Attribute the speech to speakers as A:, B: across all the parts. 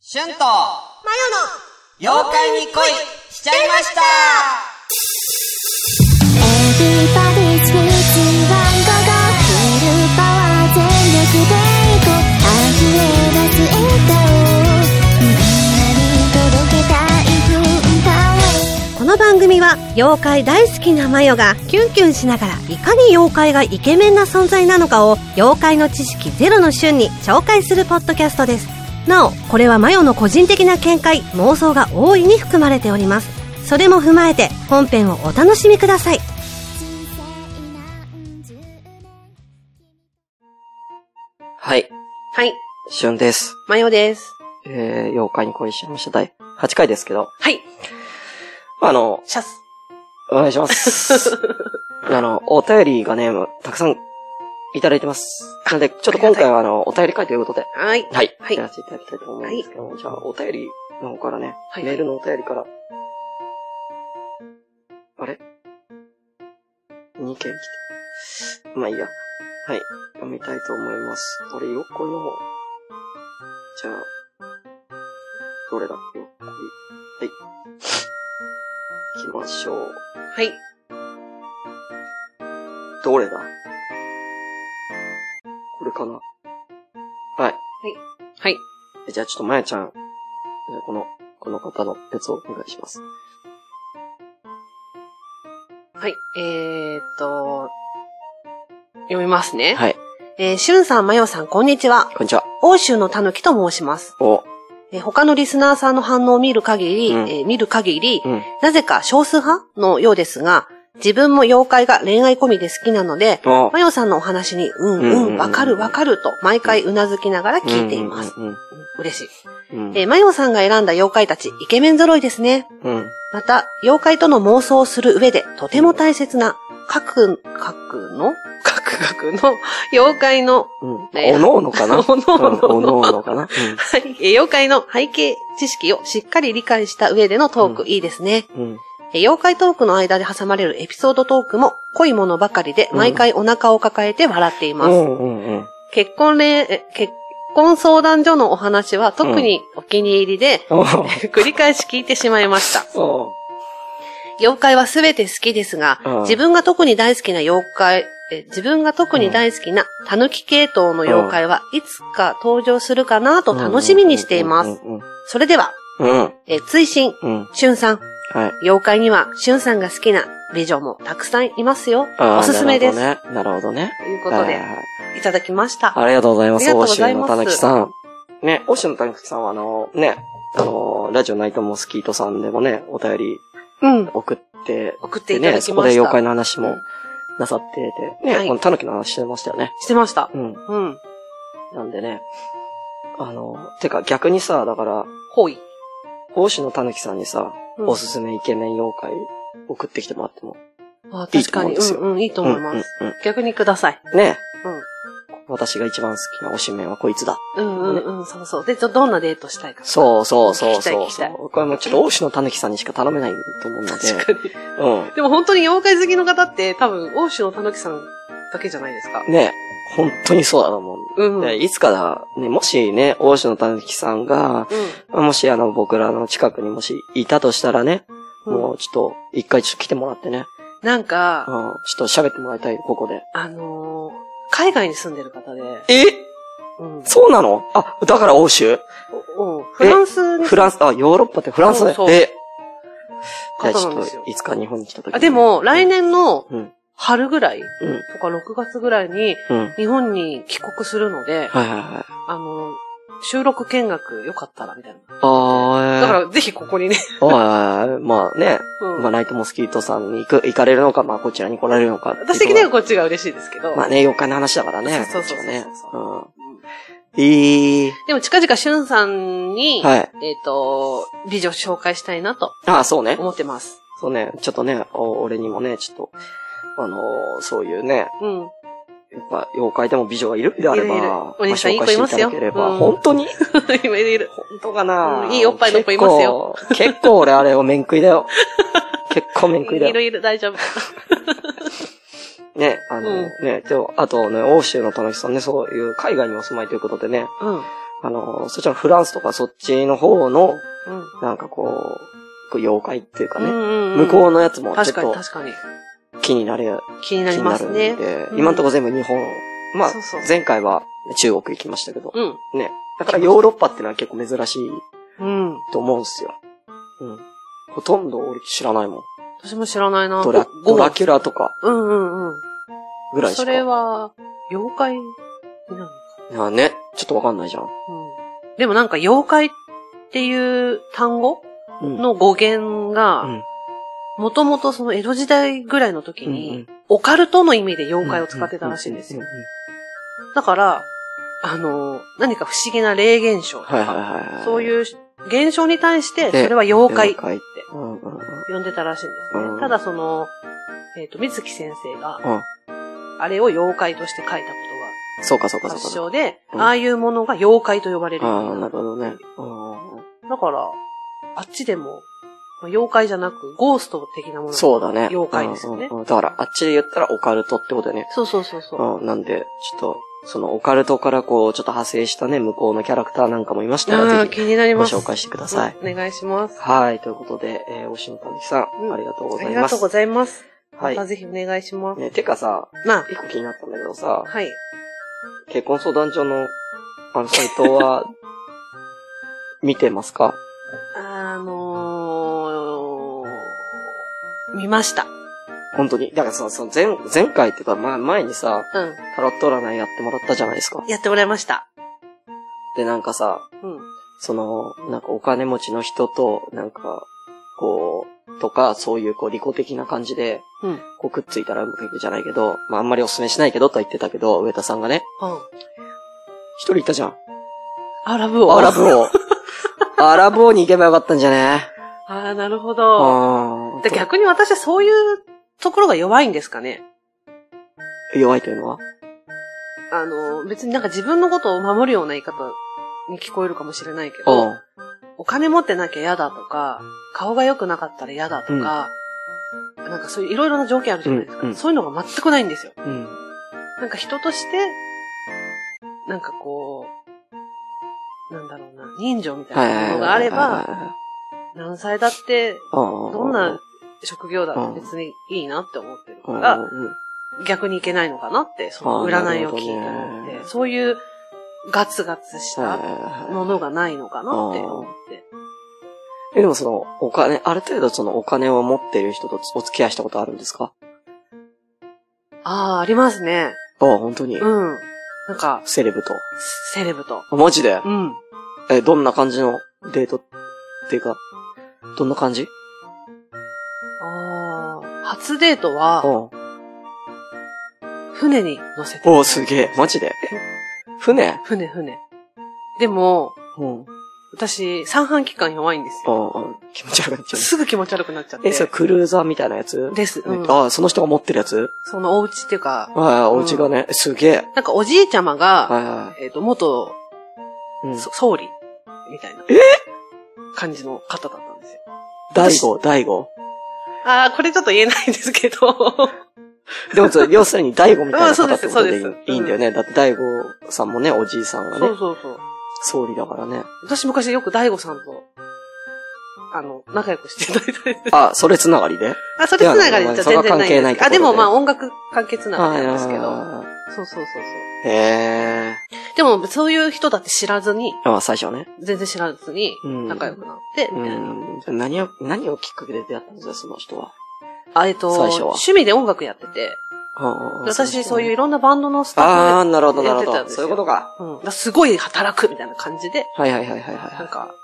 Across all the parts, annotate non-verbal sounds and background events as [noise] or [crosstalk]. A: シュンと、マヨの、妖怪に恋しちゃいました
B: Everybody's waiting ワンゴゴフルパワー全力でいこう溢れ出す笑顔をみんなに届けたい文化を
C: この番組は妖怪大好きなマヨがキュンキュンしながらいかに妖怪がイケメンな存在なのかを妖怪の知識ゼロの瞬に紹介するポッドキャストですなおこれはマヨの個人的な見解妄想が大いに含まれておりますそれも踏まえて本編をお楽しみください
D: はい、
C: はい
D: しゅんです。
C: マヨです
D: えー、妖怪に恋しちゃいました。第8回ですけど。
C: はい
D: あの、
C: シャス
D: お願いします。
C: [laughs]
D: あの、お便りがね、もうたくさんいただいてます。なので、ちょっと今回はあの、お便り会ということで、
C: はい
D: はい、
C: はい
D: やらせていただきたいと思うんですけども、じゃあ、お便りの方からね、
C: はい
D: メールのお便りから。あれ ?2 件来て。まあいいや。はい。読みたいと思います。あれ、横の方。じゃあ、どれだ横はい。行きましょう。
C: はい
D: どれだこれかなはい。
C: はい
D: えじゃあちょっとまやちゃん、えこの、この方のやつをお願いします。
C: はいえー、っと読みますね
D: はい。
C: えー、しゅんさん、まよさん、こんにちは。
D: こんにちは。
C: 欧州のたぬきと申します。
D: お、
C: えー他のリスナーさんの反応を見る限り、
D: うん
C: えー見る限り、
D: うん。
C: なぜか少数派のようですが、自分も妖怪が恋愛込みで好きなので、
D: お
C: マヨさんのお話に、うん
D: うん
C: う
D: うんうん
C: ん、わかるわかると、毎回うなずきながら聞いています。
D: うん
C: 嬉しい。
D: うんうん。
C: えーマヨさんが選んだ妖怪たち、イケメン揃いですね。
D: うん。
C: また、妖怪との妄想をする上で、とても大切な、各、各の、各々の妖怪の
D: うん。
C: ね
D: [laughs] おのおのかな
C: [laughs] おのおの
D: うんおのおのかな
C: はい。えー妖怪の背景知識をしっかり理解した上でのトーク、いいですね。
D: うん。うん。
C: えー妖怪トークの間で挟まれるエピソードトークも濃いものばかりで、
D: うん
C: 毎回お腹を抱えて笑っています。
D: うんうんうん。
C: 結婚恋、え結婚相談所のお話は特にお気に入りで、 [laughs]
D: お
C: 繰り返し聞いてしまいました。
D: お
C: 妖怪はすべて好きですが
D: うん、
C: 自分が特に大好きな妖怪、え自分が特に大好きな狸系統の妖怪はいつか登場するかなと楽しみにしています。。
D: うん
C: それでは、
D: うんうん。
C: えー追伸、
D: うん。
C: しゅんさん。
D: はい。
C: 妖怪には、しゅんさんが好きな美女もたくさんいますよ。
D: あー
C: おすすめです。
D: なるほどね。なるほどね。
C: というこ
D: は
C: と
D: い
C: で
D: は、いはい。
C: いただきました。
D: ありがとうございま
C: あり
D: す。
C: がと
D: 欧
C: うござ
D: 州
C: い
D: の
C: ます
D: たぬきさん。ね、欧州のたぬきさんはあの、ね、あの、ラジオナイトモスキートさんでもね、お便り
C: うん。
D: 送って、
C: 送って
D: で
C: いた
D: ね、
C: だきました。
D: そこで妖怪の話も
C: うん
D: なさってて、ね、
C: はい
D: このたぬきの話してましたよね。
C: してました。
D: うん。
C: うん。
D: なんでね、あの、てか逆にさ、だから、
C: ほい。
D: 欧州のたぬきさんにさ、
C: うん
D: おすすめイケメン妖怪送ってきてもらっても。
C: あ
D: いい
C: 確
D: と
C: か
D: 思うん
C: に。
D: ですよ
C: うんうん、いいと思います。
D: うんうん
C: 逆にください。
D: うんね、
C: うん。
D: 私が一番好きな推しメンはこいつだ。
C: うんうんうん、そうそう。で、どどんなデートしたいか。
D: そうそうそうそ
C: 聞
D: うそ。
C: きたい聞きたいう
D: これもうちょっと欧州のたぬきさんにしか頼めないと思うので。
C: 確かに。
D: うん。
C: でも本当に妖怪好きの方って、多分、欧州のたぬきさんだけじゃないですか。
D: ね、本当にそうだと思う。
C: うん。
D: でいつかだ、ね、もしね、王子のたぬきさんが、もしあの、僕らの近くにもしいたとしたらね、
C: うん。
D: も
C: も
D: うちょっと、一回ちょっと来てもらってね、
C: う、なんか、
D: うん、ちょっと喋ってもらいたい、ここで。
C: あのー、海外に住んでる方で、
D: え
C: うん。
D: そうなのあ、だから欧州
C: おうんフランスに
D: フランス、あ、ヨーロッパってフランスだよ。
C: そうそう
D: えじゃあち
C: 方
D: ょ
C: な
D: っ
C: んですよ
D: と、いつか日本に来た時に
C: あで、も、来年の
D: うん
C: 春ぐらい
D: うん、
C: とか6月ぐらいに
D: うん。
C: 日本に帰国するので、
D: はいはいはい。
C: あの、収録見学よかったらみたいな。
D: あー、
C: だからぜひここにね。
D: ら、おいおいおいまあね、
C: うん
D: まあナイトモスキートさんに行く、行かれるのか、まあこちらに来られるのか。
C: 私的にはこっちが嬉しいですけど。
D: まあね、妖怪の話だからね。
C: そうそうそう
D: こっ
C: そう
D: ちはね
C: そう
D: うん。えー、
C: でも近々しゅんさんに、
D: はい。
C: えっ、と、美女紹介したいなと
D: ああ、そうね。
C: 思ってます。
D: そうね。ちょっとね、お俺にもね、ちょっと、あのーそういうね、
C: うん。
D: [laughs] やっぱ妖怪でも美女がいるんであれば、
C: いるいるお兄さん
D: まあ紹介していただければ
C: いい子いますようん
D: 本当に
C: 今いる。
D: 本当かな、
C: うんいいおっぱいの子いますよ
D: 結構。結構俺あれを面食いだよ。結構面食いだ
C: いる
D: よ。
C: いる、大丈夫。
D: ね、あの、
C: うん
D: ね、でもあとね、欧州の楽しさんね、そういう海外にお住まいということでね、
C: うん。
D: あの、そっちのフランスとかそっちの方の、
C: うん。
D: なんかこう、こう妖怪っていうか
C: うん
D: ね、
C: うんうん
D: 向こうのやつもちょっ
C: 確かに
D: と
C: 確かに。
D: 気になる、
C: 気に
D: 気
C: なり
D: にな
C: ます
D: るん
C: ね。
D: で、
C: うん
D: 今んとこ全部日本、まあ
C: そうそう、
D: 前回は中国行きましたけど、
C: うん。
D: ね。だからヨーロッパってのは結構珍しい
C: うん。
D: と思うんすよ。うん。ほとんど俺知らないもん。
C: 私も知らないな。
D: ドラ、
C: ゴ
D: ド
C: ゴ
D: ラキュラとか
C: うんうんうん。
D: ぐらいしか。
C: それは、妖怪になるのか。
D: いやね、ちょっとわかんないじゃん。
C: うん。でもなんか妖怪っていう単語
D: うん。
C: の語源
D: う
C: が、
D: ん
C: もともとその江戸時代ぐらいの時に、オカルトの意味で妖怪を使ってたらしいんですよ。。だから、あの、何か不思議な霊現象と
D: はいはい
C: か、
D: はいはい。
C: そ
D: う、
C: ういう現象に対して、そ
D: で
C: れは妖怪って
D: 怪って。うんうんうん。
C: 呼んでたらしいんで
D: う
C: す
D: ん
C: ね。ただその、えっと、水木先生が
D: うん、
C: あれを妖怪として書いたこ
D: そうかそう
C: と
D: か
C: が発
D: そうか。
C: 祥で、
D: うん
C: ああいうものが妖怪と呼ばれるように
D: ああ、
C: な
D: な
C: っ
D: るほどね。うんうんうん
C: だから、あっちでも、まあ妖怪じゃなく、ゴースト的なもの。う。
D: そうだね。
C: 妖怪ですよね
D: うんうんうんだから、あっちで言ったらオカルトってことだよね。
C: そうそうそうそう。
D: うん。なんで、ちょっと、そのオカルトからこう、ちょっと派生したね、向こうのキャラクターなんかもいました
C: あ
D: ら、
C: あ、
D: ぜひ
C: 気になり
D: ご
C: ます。
D: 紹介してください。
C: お願いします。
D: はい、ということで、えー、おしのたぬきさん、
C: うん
D: ありがとうご
C: あ
D: ざい
C: り
D: ま
C: が
D: す。
C: とうございます。また
D: は
C: ぜひお願いしま
D: い。
C: す。
D: ね、てかさ、
C: ま
D: 一個気になったんだけどさ
C: あ、、はい。
D: 結婚相談所の、あの、サイトは、
C: [laughs]
D: 見てますか
C: あのー、見ました。
D: 本当に。だからさ、その前、前回っていうか、ま、前にさ、
C: うん。
D: タロット占いやってもらったじゃないですか。
C: やってもらいました。
D: で、なんかさ、
C: うん。
D: その、なんかお金持ちの人と、なんか、こう、とか、そういう、こう、利己的な感じで、
C: うん。
D: こう、くっついたらうまくいくじゃないけど、まあ、あんまりお勧めしないけど、とは言ってたけど、上田さんがね、
C: うん。
D: 一人いたじゃん。
C: アラブ王。
D: アラブ王。アラブ王に行けばよかったんじゃね
C: ああ、なるほど。
D: あ
C: で逆に私はそういうところが弱いんですかね。
D: 弱いというのは
C: あの、別になんか自分のことを守るような言い方に聞こえるかもしれないけど、
D: うん。
C: お金持ってなきゃ嫌だとか、顔が良くなかったら嫌だとか、なんかそういういろいろな条件あるじゃないですか、
D: うんうん
C: そういうのが全くないんですよ。
D: うん。
C: なんか人として、なんかこう、なんだろうな、人情みたいなものがあれば、何歳だって、ど
D: ど
C: んな職業だって別にいいなって思ってるから、逆にいけないのかなって、その占いを聞いて思っ
D: あー
C: て、
D: なるほどね
C: そういうガツガツしたものがないのかなって思って。
D: え、でもその、お金、ある程度そのお金を持ってる人とお付き合いしたことあるんですか
C: ああ、ありますね。
D: ああ、本当に。
C: うん。なんか、
D: セレブと。
C: セレブと。
D: あマジで
C: うん。
D: え、どんな感じのデートっていうか、どんな感じ
C: ああ、初デート
D: う
C: は、
D: ん。
C: 船に乗せて。
D: おお、すげえ。マジで。え船
C: 船、船。でも、
D: うん。
C: 私、三半規管弱いんです
D: あ
C: よ。
D: あ、気持ち悪くなっちゃう。
C: すぐ気持ち悪くなっちゃって。
D: え、それクルーザーみたいなやつ
C: です。うん。
D: ああ、その人が持ってるやつ
C: そのお家っていうか、
D: はいはい、お家がね、すげえ。
C: なんかおじいちゃま
D: は
C: が、
D: いは
C: えっと、元
D: い。うん。
C: そ総理みたいな感じの方だったんですよ。
D: 大悟、大悟。
C: ああ、これちょっと言えないんですけど。
D: でもそれ、要するに大悟みたいな方ってことでいい
C: うんそうですそうです
D: いいんだよね。だって大悟さんもね、おじいさんが
C: そう
D: ね、
C: そうそう。
D: 総理だからね。
C: 私昔よく大悟さんと、あの、仲良くしていただいたりして。
D: あ、それつながりで
C: あ、それつながりじゃ全然ないんです
D: いやまあまあそれは関係ないところで
C: あ、でもまあ音楽関係つながりなんですけ
D: はい
C: ど。
D: はいはい
C: そうそうそうそ
D: へえ。
C: う。でもそういう人だって知らずに、
D: あ、最初はね。
C: 全然知らずに、
D: うん
C: 仲良くなって、
D: う
C: みたいな。
D: ん。何を、何をきっかけで出会ったんですか、その人は。
C: あ、えっと、
D: 最初は
C: 趣味で音楽やってて、
D: うんうんうん
C: 私そういう
D: 人
C: い
D: ね
C: ろんなバンドのスタ
D: あ
C: ッ
D: あ、なるほど、なる
C: やってた
D: ほ
C: ん
D: ど。
C: です
D: そ
C: よ
D: ういうことか。
C: フで、うんだからすごい働くみたいな感じで、
D: はいはいはいはいはい
C: なん
D: は
C: か、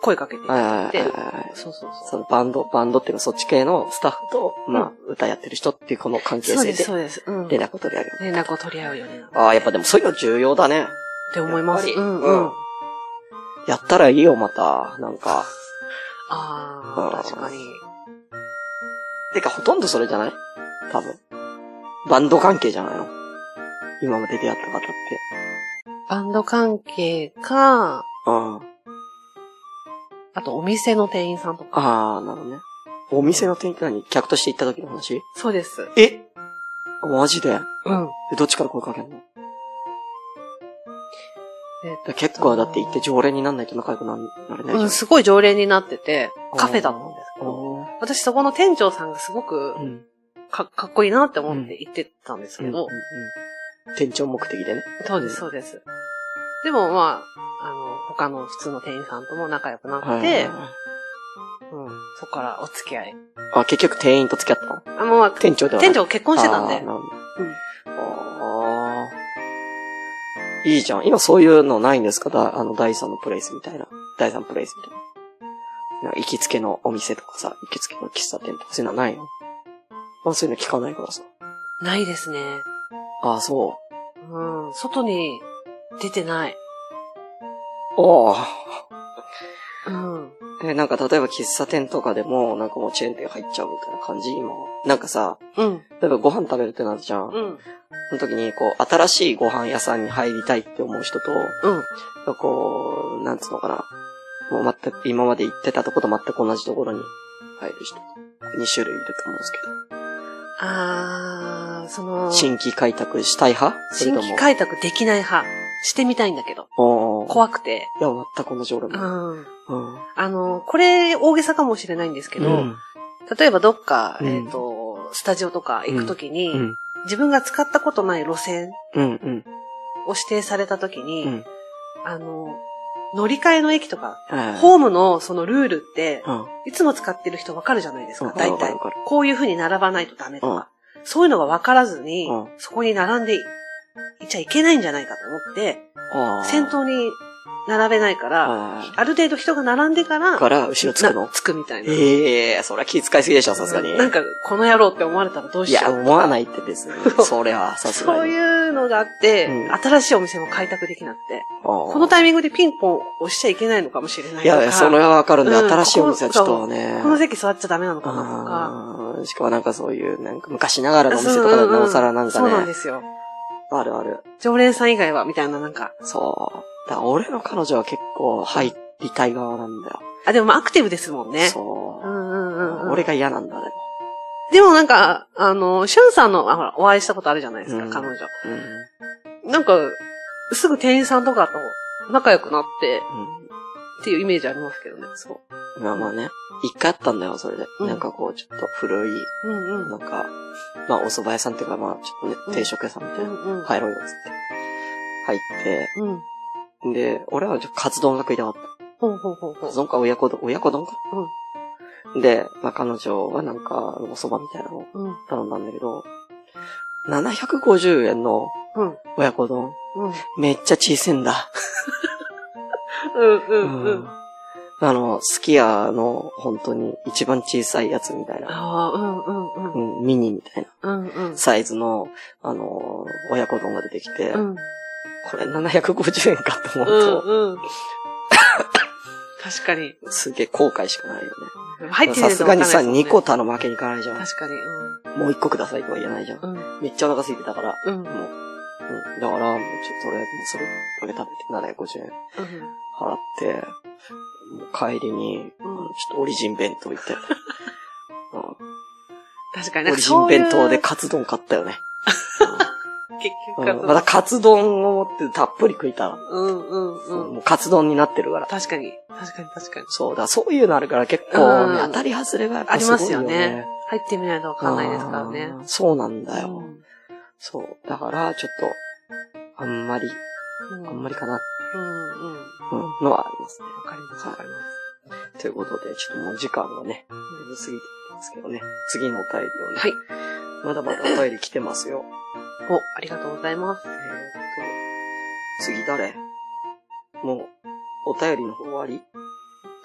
C: 声かけていた
D: い。はいはい
C: だい
D: はい
C: て、
D: はい。
C: そうそう
D: そ
C: そう。
D: のバンド、バンドっていうかそっち系のスタッフと、まあ、歌やってる人っていうこの関係
C: そう
D: 性
C: です、
D: で
C: そうです。うん。
D: 連絡を取り上げる。
C: 連絡を取り合うよね。っ
D: ああ、やっぱでもそういうの重要だね。
C: て思います。
D: やっ
C: う
D: ぱり
C: んうん。
D: うん
C: あ
D: やったらいいよ、また。なんか。
C: あ
D: うん
C: ー、確かに。
D: てか、ほとんどそれじゃない多分。バンド関係じゃないの今まで出会った方って。
C: バンド関係か、
D: うん。
C: あとお店の店員さんとか。
D: ああ、なるほどね。お店の店員って何客として行った時の話
C: そうです。
D: えマジで
C: うん。
D: えどっちから声かけんの
C: えっと
D: ら結構だって行って常連になんないと仲良くなんなれないじ
C: う
D: ゃん
C: ん、。すごい常連になってて、カフェだったんですけど、
D: あ
C: 私そこの店長さんがすごく
D: ーうん。
C: かかっこいいなって思って行ってたんですけど、
D: うんうん店長目的でね。
C: そうです、そうです。でもまあ、あの、他の普通の店員さんとも仲良くな
D: は
C: っ
D: い
C: て、うん、そこからお付き合い。
D: あ、結局店員と付き合ったの
C: あもう、
D: 店長ではない
C: 店長結婚してたん
D: あ
C: で
D: ー。なるほどあーいいじゃん。今そういうのないんですかだあの、第三のプレイスみたいな。第三プレイスみたいな。なんか行きつけのお店とかさ、行きつけの喫茶店とかそういうのはないのまあそういうの聞かないからさ。
C: ないですね。
D: ああ、そう。
C: うん、外に出てない。
D: おー
C: うん。
D: え、なんか例えば喫茶店とかでも、なんかもうチェーン店入っちゃうみたいな感じ今。なんかさ、
C: うん。
D: 例えばご飯食べるってなるじゃん。
C: うん。
D: その時に、こう、新しいご飯屋さんに入りたいって思う人と、
C: うん。
D: こう、なんつうのかな。もう全く、今まで行ってたとこと全く同じところに入る人。2種類いると思うんですけど。
C: あー、その、
D: 新規開拓したい派それ
C: 新
D: とも。
C: 規開拓できない派。してみたいんだけど。
D: おー
C: 怖くて。
D: いや、全く同じ俺
C: う
D: も。う
C: ん。
D: ん。
C: あの、これ大げさかもしれないんですけど、
D: うん。
C: 例えばどっか、
D: うん
C: えっ、と、スタジオとか行くときに、
D: うん。
C: 自分が使ったことない路線
D: うん。うん。
C: を指定されたときに、
D: うん
C: あの、乗り換えの駅とか、
D: はい
C: ホームのそのルールって、
D: うん。
C: いつも使ってる人わかるじゃないです
D: う
C: か、
D: ん
C: 大
D: わかる
C: 体
D: わかる。
C: こういう風に並ばないとダメと
D: うん
C: か。そういうのがわからずに
D: う、
C: そこに並んでいいちゃいけないんじゃないかと思って、
D: あー
C: 先頭に並べないから、
D: はい
C: ある程度人が並んでから、
D: から、後ろつくの
C: なつくみたいな。
D: ええそりゃ気遣いすぎでしょ、さすがに。
C: なんか、この野郎って思われたらどう
D: い
C: しよう
D: や、
C: とか。
D: 思わないって別
C: [laughs]
D: に。そりゃ、さすがに。
C: そういうのがあって、
D: うん
C: 新しいお店も開拓できなくて、
D: こ
C: このタイミングでピンポン押しちゃいけないのかもしれない
D: い
C: とか。
D: や、それはわかるんで、
C: うん
D: 新しいお店はちょっとね。
C: この席座っちゃダメなのかなとか。
D: あーしかもなんかそういう、なんか昔ながらのお店とかでもなおさらなんか
C: そうなん
D: ね
C: で、すよ。
D: あるある。
C: 常連さん以外は、みたいななんか。
D: そう。だから俺の彼女は結構入りたい側なんだよ。
C: あ、でもまあアクティブですもんね。
D: そうう。
C: んうんうんうん。
D: 俺が嫌なんだね。
C: でもなんか、あの、シュンさんの、あほらお会いしたことあるじゃないですか、
D: うん
C: 彼女。
D: うんうん
C: なんか、すぐ店員さんとかと仲良くなって、っていうイメージありますけどね。そ
D: まあまあね。一回あったんだよ、それで。
C: うん
D: なんかこう、ちょっと古い、
C: う。うんうん。う
D: なんんか、まあお蕎麦屋さんっていうか、まあちょっとね、定食屋さんみたいな。
C: うん。い。
D: 入ろうよ、つって。入って、
C: うん。
D: で、俺はちょっとカツ丼が食いたかった。
C: ほうほうほうほ
D: カ
C: う
D: ツ。丼か親子丼、親子丼か。で、まあ彼女はなんか、お蕎麦みたいなのを
C: うん。
D: 頼んだんだけど、750円の
C: うん。
D: 親子丼、
C: うん。
D: めっちゃ小せんだ。
C: うんうんう
D: うん
C: ん。
D: あの、スキヤの本当に一番小さいやつみたいな、
C: ああ、うんうんうん
D: う。ん、ミニみたいな
C: うんうん。
D: サイズの、あの、親子丼が出てきて、
C: うん。
D: これ750円かと思
C: う
D: うんと、
C: うん。確かに。
D: すげえ後悔しかないよね。
C: 入って
D: さすがにさ、
C: 2
D: 2個頼むわけにいかないじゃん。
C: 確かに。
D: もう1個くださいとは言えないじゃん。
C: うん。
D: めっちゃお腹空いてたから。
C: うん。う
D: う
C: ん。
D: ん。だから、もうちょっととりあえずもうそれだけ食べて、750円払って、もう帰りに、あのちょっとオリジン弁当行ったよね。
C: 確かに
D: うん、オ
C: なん
D: リ
C: か
D: ジン
C: そういう。
D: 弁当でカツ丼買ったよね。
C: 結
D: うん
C: 局かと
D: またカツ丼を持ってたっぷり食いたら、
C: うんうんう
D: も
C: ん。
D: うカツ丼になってるから。
C: 確かに。確かに確かに。
D: そうだ、そういうのあるから結
C: う
D: 構、
C: ん
D: ね、当たり外れがやっ
C: あ
D: ぱ
C: り
D: すご
C: ま
D: い
C: す
D: よ
C: よね
D: ね。。
C: 入ってみないとわかんないですからね。
D: あーそうなんだ
C: う
D: よ。
C: ん
D: そう。だから、ちょっと、あんまり、あんまりかな、
C: うんうん。わ
D: うん、のはありますね。
C: かりますわかります。
D: ということで、ちょっともう時間がね、だいぶ過ぎてますけどね。次のお便りをね。
C: はい。
D: まだまだお便り来てますよ。
C: お、ありがとうございます。
D: えーっと、次誰もう、お便りの方終わり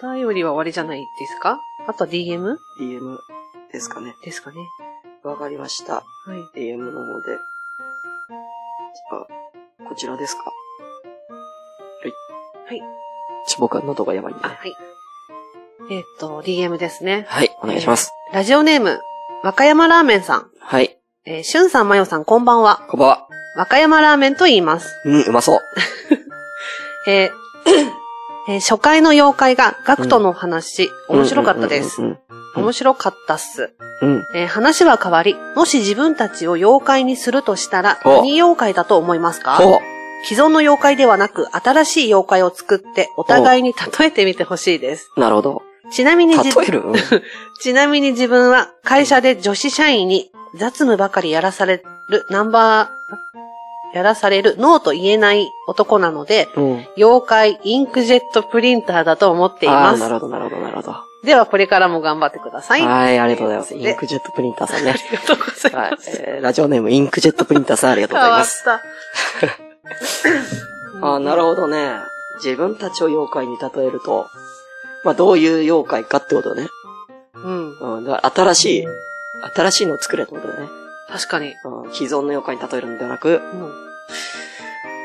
C: お便りは終わりじゃないですかあとは DM
D: ?DM ですかね。
C: ですかね。
D: わかりました。
C: はい。
D: DM の方で。じゃあ、こちらですかはい。
C: はい。
D: ちょ、僕は喉がやばいんで
C: あ、
D: ね。
C: はい。えっと、DM ですね。
D: はい、お願いします。
C: ラジオネーム、和歌山ラーメンさん。
D: はい、
C: えー、しゅんさん、まよさん、こんばんは。
D: こんばんは。
C: 和歌山ラーメンと言います。
D: うん、うまそう。
C: えー [coughs] えー初回の妖怪がガクトのお話、面白かったです
D: う。んうん
C: 面白かったっす。
D: うんうん。うん
C: えー話は変わり、もし自分たちを妖怪にするとしたら、
D: お
C: 何妖怪だと思いますか
D: ほう。
C: 既存の妖怪ではなく、新しい妖怪を作って、お互いに例えてみてほしいです。
D: なるほど。
C: ちなみに
D: 例
C: じ、
D: える、うん
C: ちなみに自分は、会社で女子社員に雑務ばかりやらされる、ナンバー、やらされる、ノーと言えない男なので、
D: うん。
C: 妖怪インクジェットプリンターだと思ってい
D: あ
C: ま
D: ーな
C: す。
D: るほど、なるほど、なるほど。は
C: では、これからも頑張ってください。
D: い、
C: あ
D: ありがとうございます。インクジェットプリンター [laughs] さんね。
C: りがとうござい
D: は
C: ま
D: い
C: す。。
D: えーラジオネーム、インクジェットプリンターさん、ありがとう
C: 変
D: ござい
C: わ
D: ま
C: っ
D: す。
C: [laughs] た。
D: [laughs] あーなるほどね。自分たちを妖怪に例えると、まあ、どういう妖怪かってことね。
C: うん。
D: うん、だから新しい、新しいのを作れってことだよね。
C: 確かに。
D: うん、既存の妖怪に例えるんではなく、
C: うん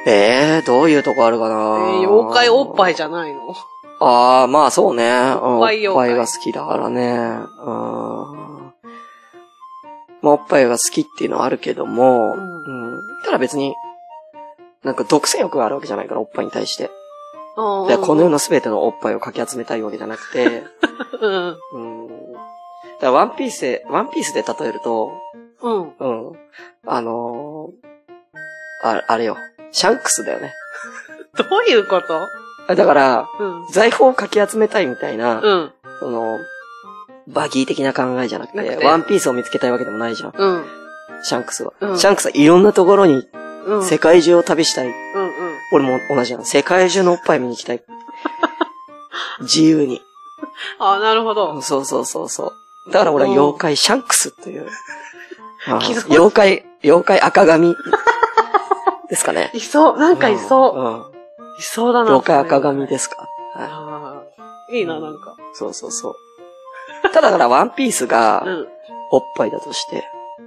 D: ええー、どういうとこあるかな
C: えー妖怪おっぱいじ
D: ゃん。
C: ゃないの
D: ああ、まあそうね。うん
C: おっぱい妖怪
D: おっぱいが好きだからね。うん。まあおっぱいが好きっていうのはあるけども、
C: う
D: うんん。ただ別に、なんか独占欲があるわけじゃないから、おっぱいに対して。
C: うん
D: だからこの世のすべてのおっぱいをかき集めたいわけじゃなくて、
C: うん。
D: うん。だからワンピースで、ワンピースで例えると、
C: うん。
D: うん。あのー、ああれよ。シャンクスだよね。
C: どういうこと
D: あだから、
C: うん。
D: 財宝をかき集めたいみたいな、
C: うん。
D: その、バギー的な考えじゃなくて
C: なくて
D: ワンピースを見つけたいわけでもないじゃん。
C: うん。
D: シャンクスは。
C: うん
D: シャンクスはいろんなところに、
C: うん。
D: 世界中を旅したい。
C: うん。うん。
D: 俺も同じなの。世界中のおっぱい見に行きた [laughs] い。自由に。
C: あ、なるほど。
D: そうそうそうそう。だから俺は妖怪シャンクスという。あ
C: 既存
D: 妖怪、妖怪赤髪。ですかね。
C: いそう。なんかいそう。
D: うん。うん
C: いそうだな。
D: 妖怪赤髪
C: で。
D: ですか。はい。
C: あーいいな、なんか。
D: そうそうそう。ただだからワンピースが
C: う、ん。
D: おっぱいだとして、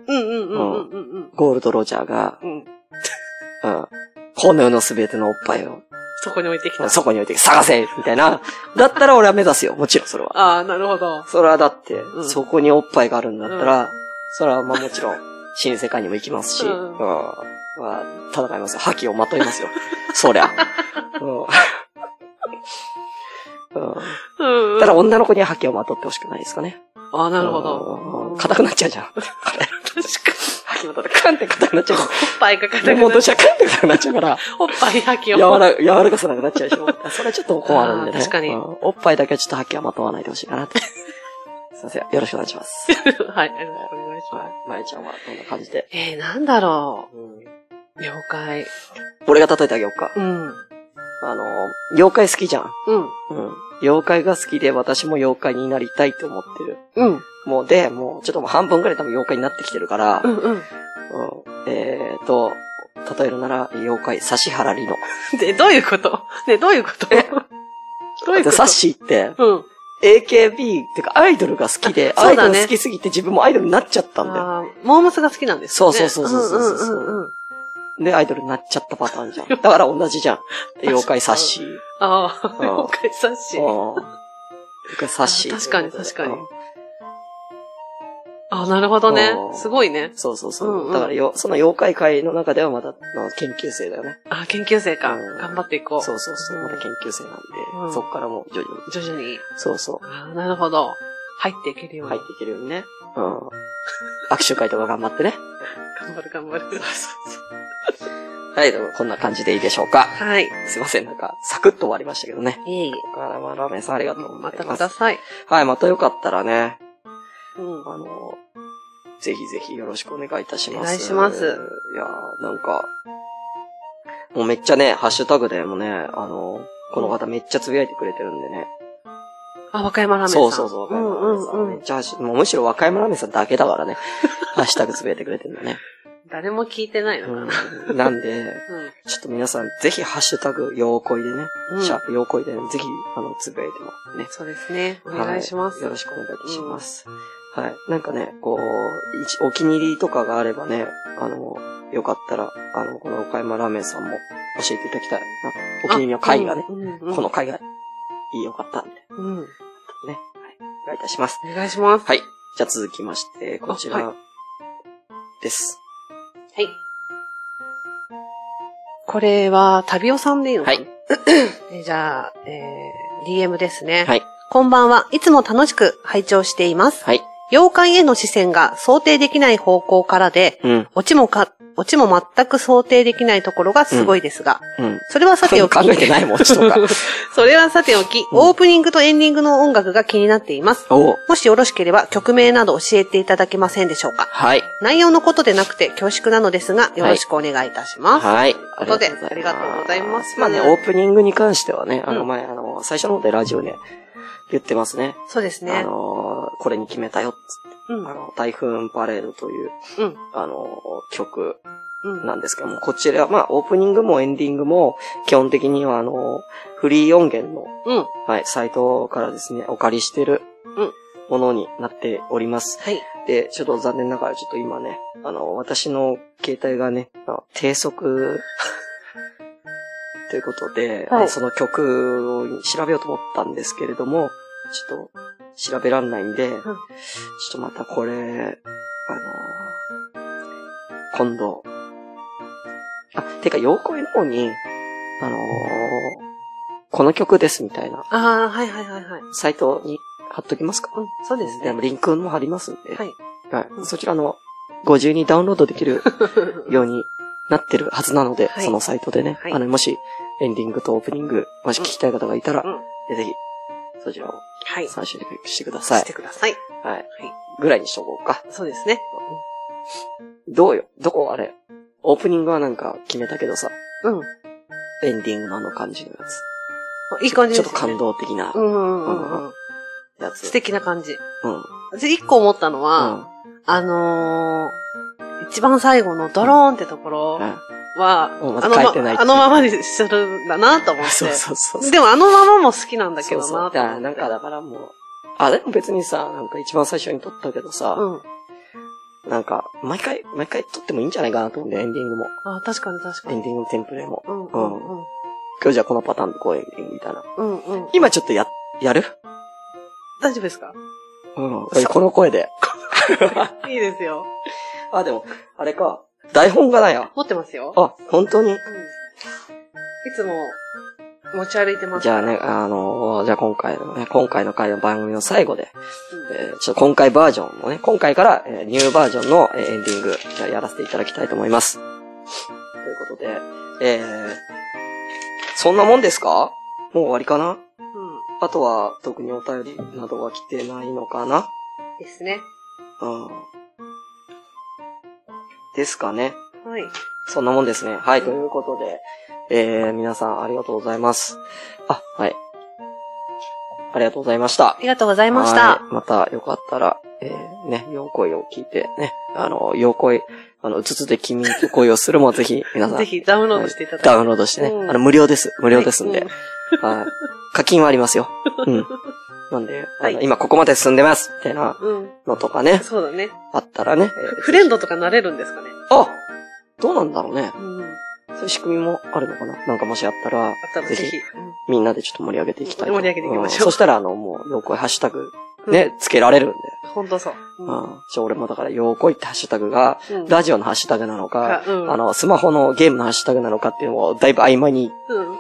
C: うんうんうんうんうんうん。
D: ゴールドロジャーが、
C: うん。
D: うん、この世のすべてのおっぱいを、
C: そこに置いてきた。
D: そこに置いて探せみたいな。だったら俺は目指すよ。もちろんそれは。
C: ああ、なるほど。
D: それはだって、
C: ん
D: そこにおっぱいがあるんだったら、それはまあもちろん、新世界にも行きますし、
C: う
D: うんんまあ、戦いますよ。覇気をまといますよ。そり
C: [laughs]
D: ゃ。うんうん
C: うんうん。
D: ただ女の子には覇気をまとってほしくないですかね。
C: ああ、なるほ
D: うん
C: ど。
D: 硬くなっちゃうじゃん。あれ
C: 確かに。
D: 秋元カンって硬くなっちゃうから。
C: おっぱいが硬
D: レ
C: く
D: モン
C: なっ
D: と
C: ちゃ
D: したらカンって硬くなっちゃうから、
C: う。おっぱい吐きを。
D: 柔ら柔らかさなくなっちゃうでし
C: [laughs]
D: ょ。それはちょっと困るんで
C: あー
D: ね。
C: 確かに
D: うんおっぱいだけはちょっと吐きはまとわないでほしいかなって。すいません。よろしくお願いします。
C: はい。お願いします。
D: はい。まゆちゃんはどんな感じで。
C: えー、なんだろ
D: うん
C: う。妖怪。
D: 俺が例えてあげようか
C: う。ん。
D: あの、妖怪好きじゃん。
C: うん。
D: うん。妖怪が好きで私も妖怪になりたいと思ってる。
C: うん。
D: もうで、もうちょっともう半分くらい多分妖怪になってきてるから、
C: うんうん。
D: うんえーと、例えるなら妖怪、指原莉乃。
C: で、どういうことね、どういうこと
D: え
C: どうい
D: で
C: うこと
D: サッシーって、
C: うん。
D: AKB ってかアイドルが好きで、
C: あ
D: ア
C: そう
D: イ
C: だね
D: ドル好きすぎて自分もアイドルになっちゃったんだよ。
C: あーモームスが好きなんですよね。
D: そうそうそうそうそうそう
C: うんうんうんうん。
D: で、アイドルになっちゃったパターンじゃん。だから同じじ
C: [laughs]
D: ゃん。妖怪サッシー。
C: ああ、
D: うん
C: 妖怪サッシ
D: うん
C: ー。
D: 妖怪サッシー。
C: 確かに確かに
D: うん
C: ああ、なるほどね
D: う。ん
C: すごいね。
D: そうそう
C: うん
D: そうう。
C: ん
D: だからよ、その妖怪界の中ではまだの研究生だよね。
C: あー研究生か。
D: うん
C: 頑張っていこう。
D: そうそうそう。まだ研究生なん
C: う
D: で
C: ん、
D: そっからもう徐々に。
C: 徐々に。
D: そうそ
C: ああ、なるほど。入っていける
D: う。
C: よう
D: 入
C: に。
D: っていけるようにね。うん。握手会とか頑張って
C: [laughs]
D: ね。
C: 頑張る頑張る。
D: はい、でもこんな感じでいいでしょうか。
C: はい。
D: すいません、なんか、サクッと終わりましたけどね。
C: いえいえ。
D: あらまラーメンさんありがとうございま。
C: ますたください。
D: はい、またよかったらね、
C: うん。
D: あの、ぜひぜひよろしくお願いいたします。
C: お願いします
D: いやーなんか、もうめっちゃね、ハッシュタグでもね、あの、この方めっちゃつぶやいてくれてるんでね。
C: あ、和歌山ラーメンさん。
D: そうそうそう、
C: う
D: 和
C: ん
D: 歌山ラーメンさん。
C: うんう
D: め
C: ん
D: っ。ちゃハッシュ、もうむしろ和歌山ラーメンさんだけだからね、 [laughs] ハッシュタグつぶやいてくれてるんだね。
C: 誰も聞いてないのかな。
D: うん、なんで、
C: うん。
D: ちょっと皆さん、ぜひハッシュタグ、ようこいでね、
C: うん
D: シャープようこいでね、ぜひ、あの、つぶやいてもらってね。
C: そうですね。お願いします。
D: はよろしくお願いいたします。はい。なんかね、こう、一お気に入りとかがあればね、あの、よかったら、あの、この岡山ラーメンさんも教えていただきたいな。お気に入りの回がね、
C: うんうんうん
D: この回が、いいよかったんで、ね。
C: うん。お
D: はい。お願いいたします。
C: 願いします。
D: はい。じゃあ続きまして、こち
C: あは
D: らです。
C: はい。これは、旅ビさんでいいのかな
D: はい
C: [clears throat] えじゃあ、えー、DM ですね。
D: はい。
C: こんばんは。いつも楽しく拝聴しています。
D: はい。
C: 妖怪への視線が想定できない方向からで、
D: うん。
C: オチもか、オチも全く想定できないところがすごいですが、
D: うん。
C: それはさておき。
D: 考えてないもん、ちょっとか。
C: [laughs] それはさておき、オープニングとエンディングの音楽が気になっています。
D: おう
C: もしよろしければ曲名など教えていただけませんでしょうか
D: はい。
C: 内容のことでなくて恐縮なのですが、よろしくお願いいたします。
D: はい。
C: ということでありがとうございます
D: まあね、オープニングに関してはね、あ
C: う
D: の
C: ん
D: 前、あの、最初の方でラジオで言ってますね。
C: そうです
D: あ
C: ね。
D: の、これに決めたよっつって、
C: うん。
D: あの、台風パレードという、
C: うん
D: あの、曲
C: うん。
D: なんですけども、こちら、まあ、オープニングもエンディングも、基本的にはあの、フリー音源の、
C: うん。
D: はい、サイトからですね、お借りしてる
C: うん、
D: ものになっております。
C: はい。
D: で、ちょっと残念ながら、ちょっと今ね、あの、私の携帯がね、あの低速、 [laughs] ということで、あの
C: はい
D: その曲を調べようと思ったんですけれども、ちょっと調べらんないんで、ちょっとまたこれ、あの、今度、あ、てか、妖怪の方に、あのこの曲ですみたいな
C: ああ、はいはいはいはい。
D: サイトに貼っときますか。
C: うん、そうです
D: で
C: ね。
D: もリンクも貼りますんで。
C: はい。
D: はい。そちらの、ご自由にダウンロードでき
C: [laughs]
D: るようになってるはずなので、
C: はい
D: そのサイトでね、
C: はい
D: あの、もし、エンディングとオープニング、もし聞きたい方がいたら、
C: うん
D: えぜひ、そちらを
C: はい。
D: 参照してください
C: し。てください。
D: はい。ぐらいにしとこうか。
C: そうですね。
D: どうよどこあれオープニングはなんか決めたけどさ、
C: うん。
D: エンディングのあの感じのやつ。
C: いい感じ
D: ち
C: で
D: ょ
C: す
D: っ
C: よね。
D: と感。動的な
C: うんうんうんうん。
D: やつ。
C: 素敵な感じ。
D: うん。うん。
C: 私一個思ったのは、
D: あ
C: あのー、一番最後のドローンってところは、
D: うんま
C: あ
D: だ
C: の
D: 変えてない
C: まあのままにするんだなと思っ
D: [laughs]
C: て。
D: そうそうそうそう。
C: でもあのままも好きなんだけどな
D: そうそう
C: と思っ
D: だ
C: て
D: なんかだからもう、あ、でも別にさ、なんか一番最初に撮ったけど
C: う
D: さ、
C: ん。
D: なんか、毎回、毎回撮ってもいいんじゃないかなと思うんだよ、エンディングも。
C: あ、確かに確か
D: エン
C: に。
D: ディングテンプレも。
C: うんうんうん。
D: 今日じゃあこのパターンでこうエンディングみたいな。
C: うんうん。
D: 今ちょっとや、やる
C: 大丈夫ですか
D: うん。それこの声で。
C: いいですよ。
D: あ、でも、あれか。台本がないや。
C: 持ってますよ。
D: あ、本当に
C: うんいつも持ち歩いてます。
D: じゃあね、あのーじゃあ今回のね、今回の回の番組の最後で、
C: うん
D: えーちょっと今回バージョンのね、今回から、えーニューバージョンの、えーエンディング、じゃあやらせていただきたいと思います。ということで、えー、そんなもんですかもう終わりかな
C: うん。
D: あとは、特にお便りなどは来てないのかな
C: ですね。
D: うん。ですかね。
C: はい。
D: そんなもんですね。はい、ということで、えー、皆さんありがとうございます。あ、はい。ありがとうございました
C: あ。りがとうございまし
D: は
C: た。
D: いまたよかったら、えー、ね、妖恋を聞いて、ね、あの、妖恋、あの、うつつで君と恋をするもぜ
C: [laughs]
D: ひ、皆さん。
C: ぜひダウンロードしていただいて。
D: ダウンロードしてね。
C: うん
D: あの、無料です。無料ですん
C: は
D: で
C: い。
D: はい。課金はあり
C: [laughs]
D: ますよ。うん。なんで、あの
C: はい
D: 今ここまで進んでますみたいな
C: うん。うん
D: のとかね、
C: そうだね。
D: あったらね。
C: フレンドとかなれるんですかね。
D: あどうなんだろうね。
C: うん。あ
D: そういう仕組みもあるのかななんかもしあったら
C: った、らぜ
D: ぜ
C: ひ
D: ひ、。みんなでちょっと盛り上げていきたいと。
C: 盛り上げていきましょう
D: そ
C: ん
D: したら、あの、もう、妖怪ハッシュタグ、
C: うん
D: ね、つけられるんで。
C: うんほんとそう。うん
D: うん。じゃあ俺もだから、ようこいってハッシュタグが、
C: うん
D: ラジオのハッシュタグなのか、
C: うん
D: あの、スマホのゲームのハッシュタグなのかっていうのを、だいぶ曖昧に、
C: うん。 [laughs]
D: うん。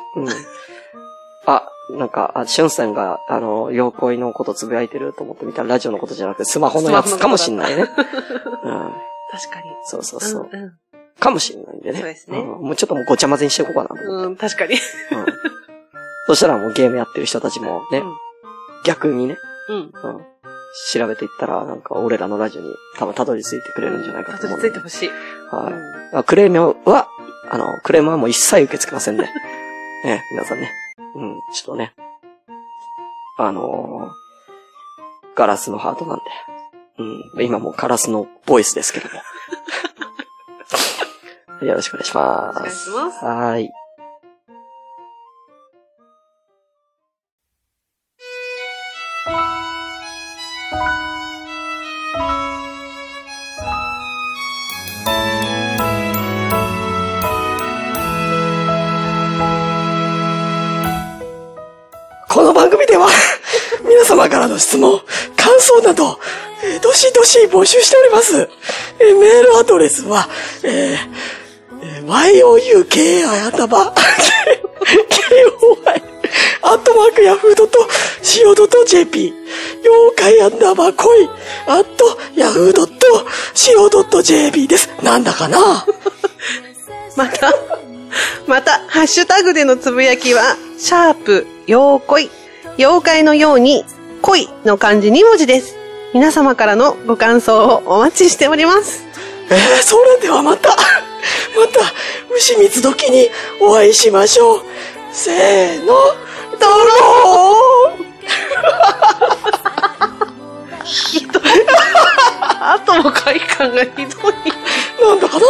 D: あ、なんか、あしゅんさんが、あの、妖怪のことつぶやいてると思ってみたら、ラジオのことじゃなくて、スマホのやつかもしんないね。うん。
C: 確かに。
D: そうそうそう。
C: うんうん
D: かもしんないんでね。
C: そうですね
D: んもうちょっともうごちゃ混ぜにしていこうかなと思って。
C: うん、確かに。
D: うん。そしたらもうゲームやってる人たちもね、
C: うん
D: 逆にね、
C: うん。
D: うん。調べていったら、なんか俺らのラジオに多分たどり着いてくれるんじゃないかと
C: た
D: 思
C: ど
D: う
C: り
D: ん
C: 着
D: で。
C: いてほしい。
D: はい。
C: うん
D: あクレームは、あの、クレームはもう一切受け付けませんね。 [laughs] ね、皆さんね。うん、ちょっとね。あのーガラスのハートなんで。うん、今もうガラスのボイスですけ
C: [laughs]
D: ども。よろしくお願いします。
C: お願いします
D: はーい。この番組では、皆様からの質問、感想など、えーどしどし募集しております。えーメールアドレスは、えー、youk あやたば、koy、アットマークヤフードと CO.jp、妖怪アンダーバー恋、アットヤフードと CO.jp です。なんだかな
C: また、 [laughs] また、ハッシュタグでのつぶやきは、シャープ、妖怪、妖怪のように、恋の漢字2文字です。皆様からのご感想をお待ちしており [laughs] ます。
D: えー、それではまた、また、牛蜜時にお会いしましょう。せーの、ドローン
C: あとも快感がひどい。
D: なんだかな